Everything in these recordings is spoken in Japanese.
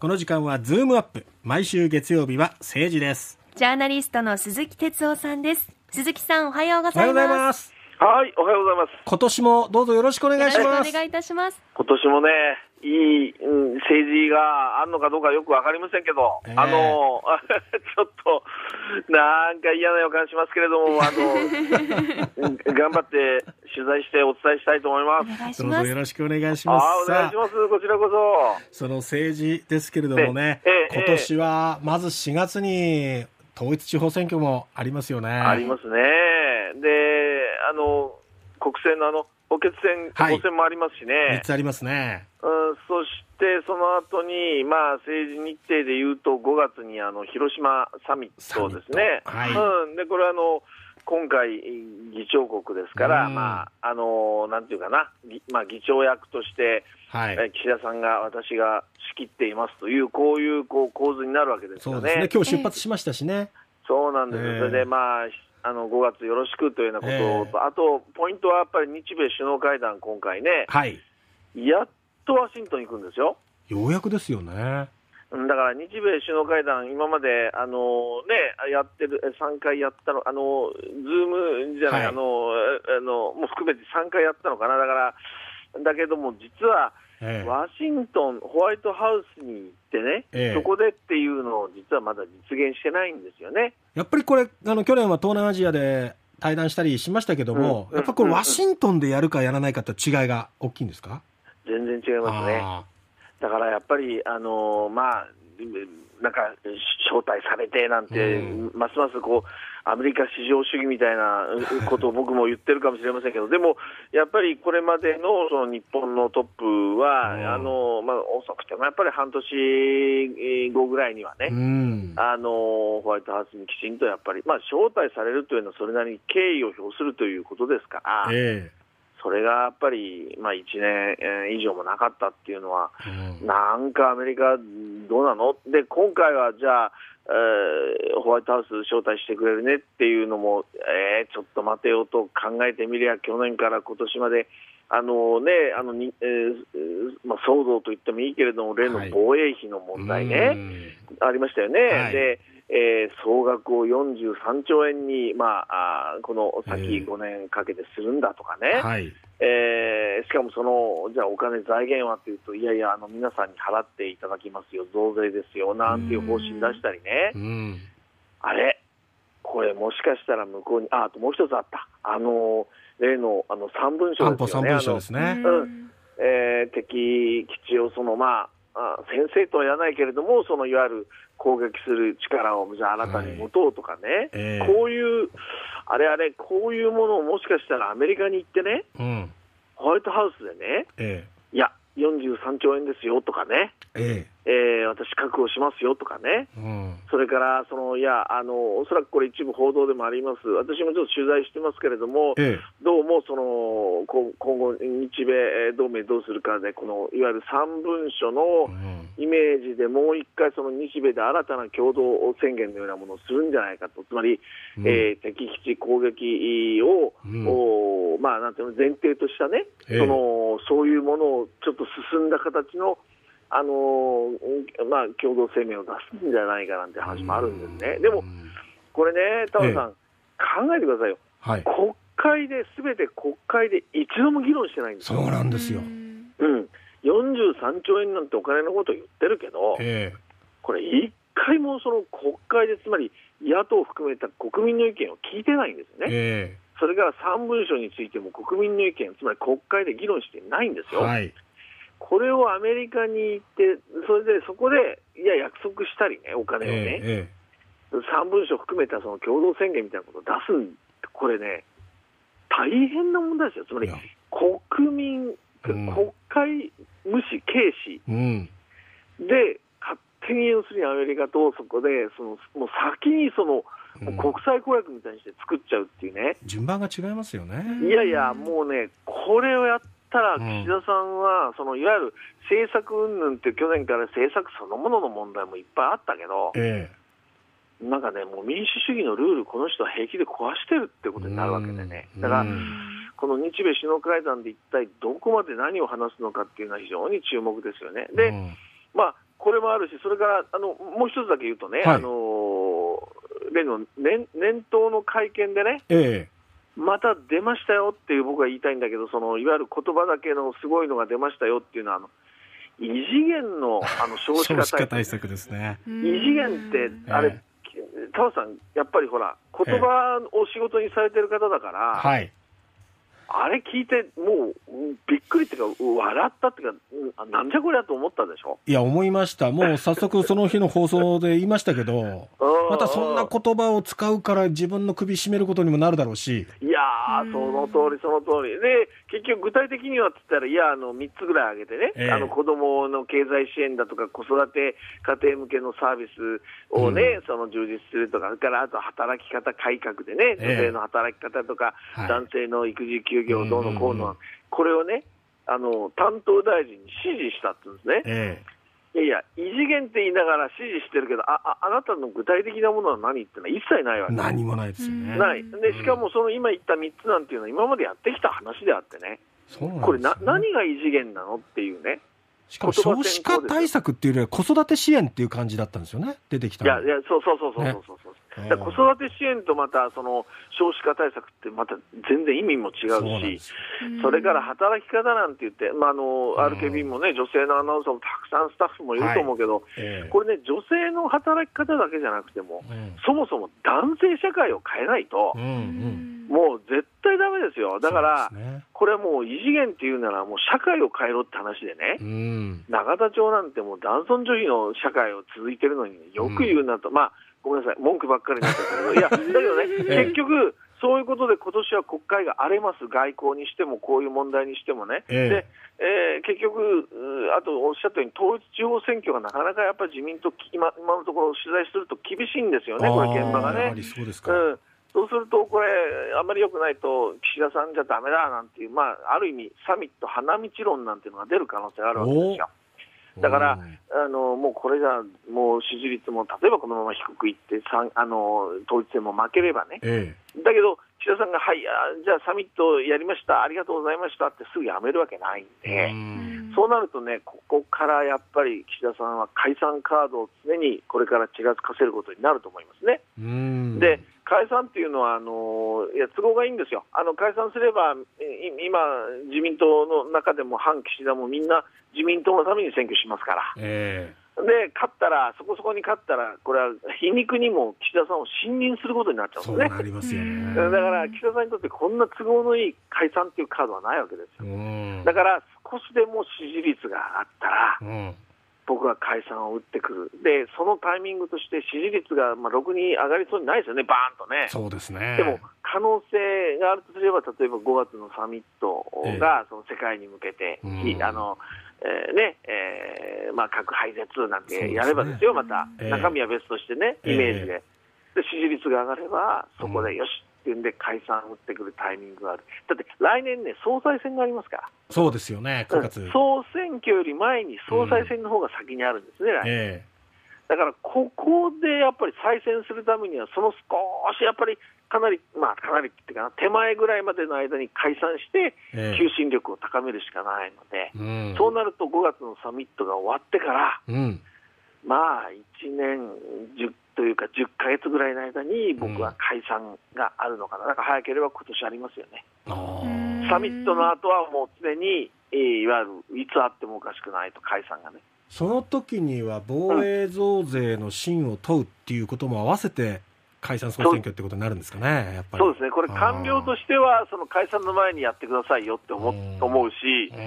この時間はズームアップ毎週月曜日は政治ですジャーナリストの鈴木哲夫さんです。鈴木さん、おはようおごはざよいうございま。ますすはい、おはようございます。今年もどうぞよろしくお願いしよまろしすくお願いいたします。今年もね、いい、うん、政治があるのかどうかよくわかりませんけど、ええあの、 ちょっと、なんか嫌な予感しますけれども、あの、 うん頑張って取材してお伝えしたいと思いますお。願いしどうぞますよ。ろしくお願いしあますあ、お願いします。こちらこそ。その政治ですけれどもね、ええええ今年はまず4月に統一地方選挙もありますよね。ありますね。で、あの、国政のあの、補欠選、はい補選もありますしね。 3つありますね。うんそしてその後にまあ、政治日程でいうと、5月にあの広島サミットですね、サミットうん、でこれはあの、今回、議長国ですから、うんまあ、あのなんていうかな、ぎまあ、議長役として、はい。え岸田さんが私が仕切っていますという、こういうこう構図になるわけですそようですねね。。今日出発しましたしね。そうなんです、ええそれで、まあ、あの5月よろしくというようなことと、あとポイントはやっぱり日米首脳会談、今回ね、はい。やっとワシントンに行くんですよ。ようやくですよね。うんだから日米首脳会談、今まで、あのね、やってる、え3回やったの、あのズームじゃない、はいあのえあのもう含めて3回やったのかな、だから、だけども、実はええワシントン、ホワイトハウスに行ってね、ええそこでっていうのを、実はまだ実現してないんですよね。やっぱりこれ、あの、去年は東南アジアで対談したりしましたけども、うんやっぱこれうんワシントンでやるかやらないかって違いが大きいんですか全然違いますね。あだからやっぱり、あのまあ、なんか招待されてなんて、うますますこうアメリカ至上主義みた いなうことを僕も言ってるかもしれませんけど、でもやっぱりこれまでのその日本のトップは、うんあのまあ、遅くてもやっぱり半年後ぐらいにはーうん。ね、あのホワイトハウスにきちんとやっぱり、まあ、招待されるというのは、それなりに敬意を表するということですから、えそれがやっぱり、まあ、1年えー以上もなかったっていうのは。えうんなんかアメリカ、どうなので、今回はじゃあ、えーホワイトハウス招待してくれるねっていうのも、えーちょっと待てよと考えてみりゃ、去年から今年まで、あのねあのにえーえーまあ、騒動と言ってもいいけれども、例のはい防衛費の問題ね、うんありましたよね。はいでえー総額を43兆円に、まあ、あーこのえ先ー5年かけてするんだとかね、はい。えーしかもその、じゃあお金財源はというと、いやいや、あの皆さんに払っていただきますよ、増税ですよなんていう方針出したりねう、ん。あれ、これ、もしかしたら向こうに、ああともう一つあった、あの例のあの3文書安で保すよ三ね、文書ですね。うんあのえー敵基地をその、まあ、あ先生とは言わないけれども、そのいわゆる攻撃する力をじゃあ新たに持とうとかね、ええこういう、あれあれ、こういうものをもしかしたらアメリカに行ってね、うん。ホワイトハウスでね、えいや、43兆円ですよとかね、えええー私、確保しますよとかね、えうん。それから、そのいやあの、おそらくこれ、一部報道でもあります、私もちょっと取材してますけれども、ええどうもそのこ今後、日米同盟どうするかで、このいわゆる3文書うのんイメージでもう一回、その日米で新たな共同宣言のようなものをするんじゃないかと、つまり、うんえー敵基地攻撃を、うんおーまあ、なんていうの前提としたね、ええそのそういうものをちょっと進んだ形の、あのーうんまあ、共同声明を出すんじゃないかなんて話もあるんですね、でうもんこれね、田村さん、考えてくださいよ、はい。国会で、すべて国会で一度も議論してないんですそうよ、なんうんですよ。うん、43兆円なんてお金のこと言ってるけど、ええこれ、一回もその国会で、つまり野党を含めた国民の意見を聞いてないんですよね。えそれから3文書についても国民の意見、つまり国会で議論してないんですえよ、はい。これをアメリカに行って、それでそこで、いや、約束したりね、おえ金をえね、え3文書含めたその共同宣言みたいなことを出すん、これね、大変な問題ですよ、つまえりいや国民、うん国会無視、軽視うん。で、勝手に要するにアメリカとそこで、そのもう先にその、うん国際公約みたいにして作っちゃうっていうね。順番が違いますよね。いやいや、もうね、これをやったら、岸田さんは、そのいわゆる政策云々って、去年から政策そのものの問題もいっぱいあったけど、えなんかね、もう民主主義のルール、この人は平気で壊してるってえことになるわけでねう、んだかうら、んこの日米首脳会談で一体どこまで何を話すのかっていうのは非常に注目ですよね。うで、んまあ、これもあるし、それからあのもう一つだけ言うとね、はいあの例の年年頭の会見でね、ええまた出ましたよっていう僕は言いたいんだけど、そのいわゆる言葉だけのすごいのが出ましたよっていうのは、あの異次元のあの少子少化子化対対策、策ですね。異異次元って、あえれ、タワさん、やっぱりほら、言葉を仕事にされてる方だから、はい。あれ聞いて、もううんびっくりっていうか、笑ったっていうかうんあ、なんじゃこりゃと思ったでしょ。いや、思いました。もう早速その日の放送で言いましたけ ど、またそんな言葉を使うから自分の首絞めることにもなるだろうし、いやー、その通り、その通り。で、結局具体的にはって言ったら、いや、あの、3つぐらい挙げてね、ええあの、子供の経済支援だとか、子育て家庭向けのサービスをね、その充実するとか、それからあと働き方改革でね、ええ女性の働き方とか、はい男性の育児休業どうのこううの、んうんうんこれをね、あの、担当大臣に指示したって言うんですね。ええいやいや、異次元って言いながら指示してるけど、あ、ああなたの具体的なものは何ってのは一切ないわけ。何もないですよね。ない。うで、んしかもその今言った3つなんていうのは今までやってきた話であってね、そうなんですよねこれな、何が異次元なのっていうね。しかも少子化対策っていうよりは子育て支援っていう感じだったんですよね、出てきたいや、のいや、そうそうそうそうそうそう。だから子育て支援とまた、その、少子化対策ってまた全然意味も違そうなんうでし、すそれから働き方なんて言って、まあ、あの、RKB もね、女性のアナウンサーもたくさんスタッフもいると思うけど、ええこれね、女性の働き方だけじゃなくても、うんそもそも男性社会を変えないとう、んうんもう絶対ダメですよ。だからそう、ですねこれはもう異次元っていうなら、もう社会を変えろって話でね、うん永田町なんてもう男尊女卑の社会を続いてるのに、よく言うなと、まあ、ごめんなさい、文句ばっかりになっちゃったけど、いや、だけどええね、結局、そういうことで今年は国会が荒れます、外交にしても、こういう問題にしてもね、えええー結局、うーあとおっしゃったように、統一地方選挙がなかなかやっぱり自民党、今今のところ取材すると厳しいんですよね、これ、現場があーやねは。りそうですか、うん、そうすると、これ、あんまり良くないと、岸田さんじゃだめだなんていう、まあ、ある意味、サミット花道論なんていうのが出る可能性があるわけですよ。だからうんあのもうこれじゃ、もう支持率も例えばこのまま低くいって、さんあの統一選も負ければね、えだけど、岸田さんが、はい、あじゃあサミットやりました、ありがとうございましたってすぐやめるわけないんえうで、んそうなるとね、ここからやっぱり岸田さんは解散カードを常にこれからちらつかせることになると思いますね。うんで解散っていうのはあのいや都合がいいんですよ、あの解散すれば、い今、自民党の中でも反岸田もみんな自民党のために選挙しますから、えで勝ったら、そこそこに勝ったら、これは皮肉にも岸田さんを信任することになっちえゃうそんうですねな。りますよねだから岸田さんにとってこんな都合のいい解散っていうカードはないわけですうよ。んだから少しでも支持率が上がったら、うん僕は解散を打ってくる。で、そのタイミングとして支持率がまあろくに上がりそうにないですよね、バーンとね。そうですねでも可能性があるとすれば、例えば5月のサミットがその世界に向けて、うんひあのえーねえーまあ、核廃絶なんそうですてねやればですよ、また、ええ中身は別としてね、ええイメージで。で支持率が上がれば、そこでよしっていうんで、解散打ってくるタイミングがある、だって来年ね、総裁選がありますから、そうですよね9月、うん総選挙より前に総裁選の方が先にあるんですね、来年えだからここでやっぱり再選するためには、その少しやっぱりかなり、まあ、かなりっていうかな、手前ぐらいまでの間に解散して、ええ求心力を高めるしかないので、えうんそうなると5月のサミットが終わってから、うんまあ、1年10というか、10ヶ月ぐらいの間に、僕は解散があるのかな、なんか早ければ今年ありますよね。あうんあサミットの後はもう常に、えーいわゆるいつあってもおかしくないと、解散がね。その時には防衛増税の芯を問うっていうことも合わせて解散総選挙ってことになるんですかねやっぱりそうですね、これ、官僚としては、その解散の前にやってくださいよって思ううん思うし、てう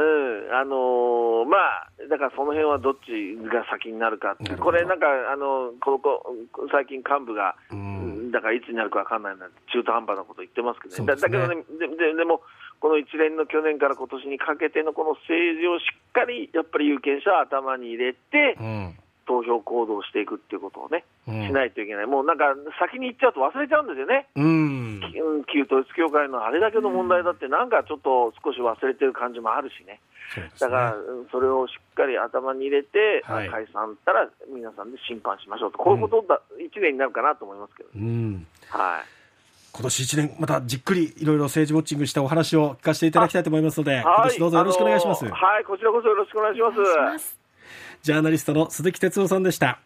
んあのーまあ、だからその辺はどっちが先になるかってなるほどこれ、なんか、あのこのこ最近、幹部が、うんだからいつになるか分かんないなんて、中途半端なこと言ってますけどそうでね、だすだけねどね、でででも、この一連の去年から今年にかけてのこの政治をしっかりやっぱり有権者は頭に入れて、うん投票行動していくっていうことをね、うんしないといけない、もうなんか先に行っちゃうと忘れちゃうんですよね。うんうん旧統一教会のあれだけの問題だって、なんかちょっと少し忘れてる感じもあるしね、そうですだねからうんそれをしっかり頭に入れて、はい解散ったら皆さんで審判しましょうと、こういうことだ、1年になるかなと思いますけど、うんはい、今年一年またじっくりいろいろ政治ウォッチングしたお話を聞かせていただきたいと思いますので今はい年どうぞよろしくお願いします、あのはい、こちらこそよろしくお願いします。お願いしますジャーナリストの鈴木哲夫さんでした。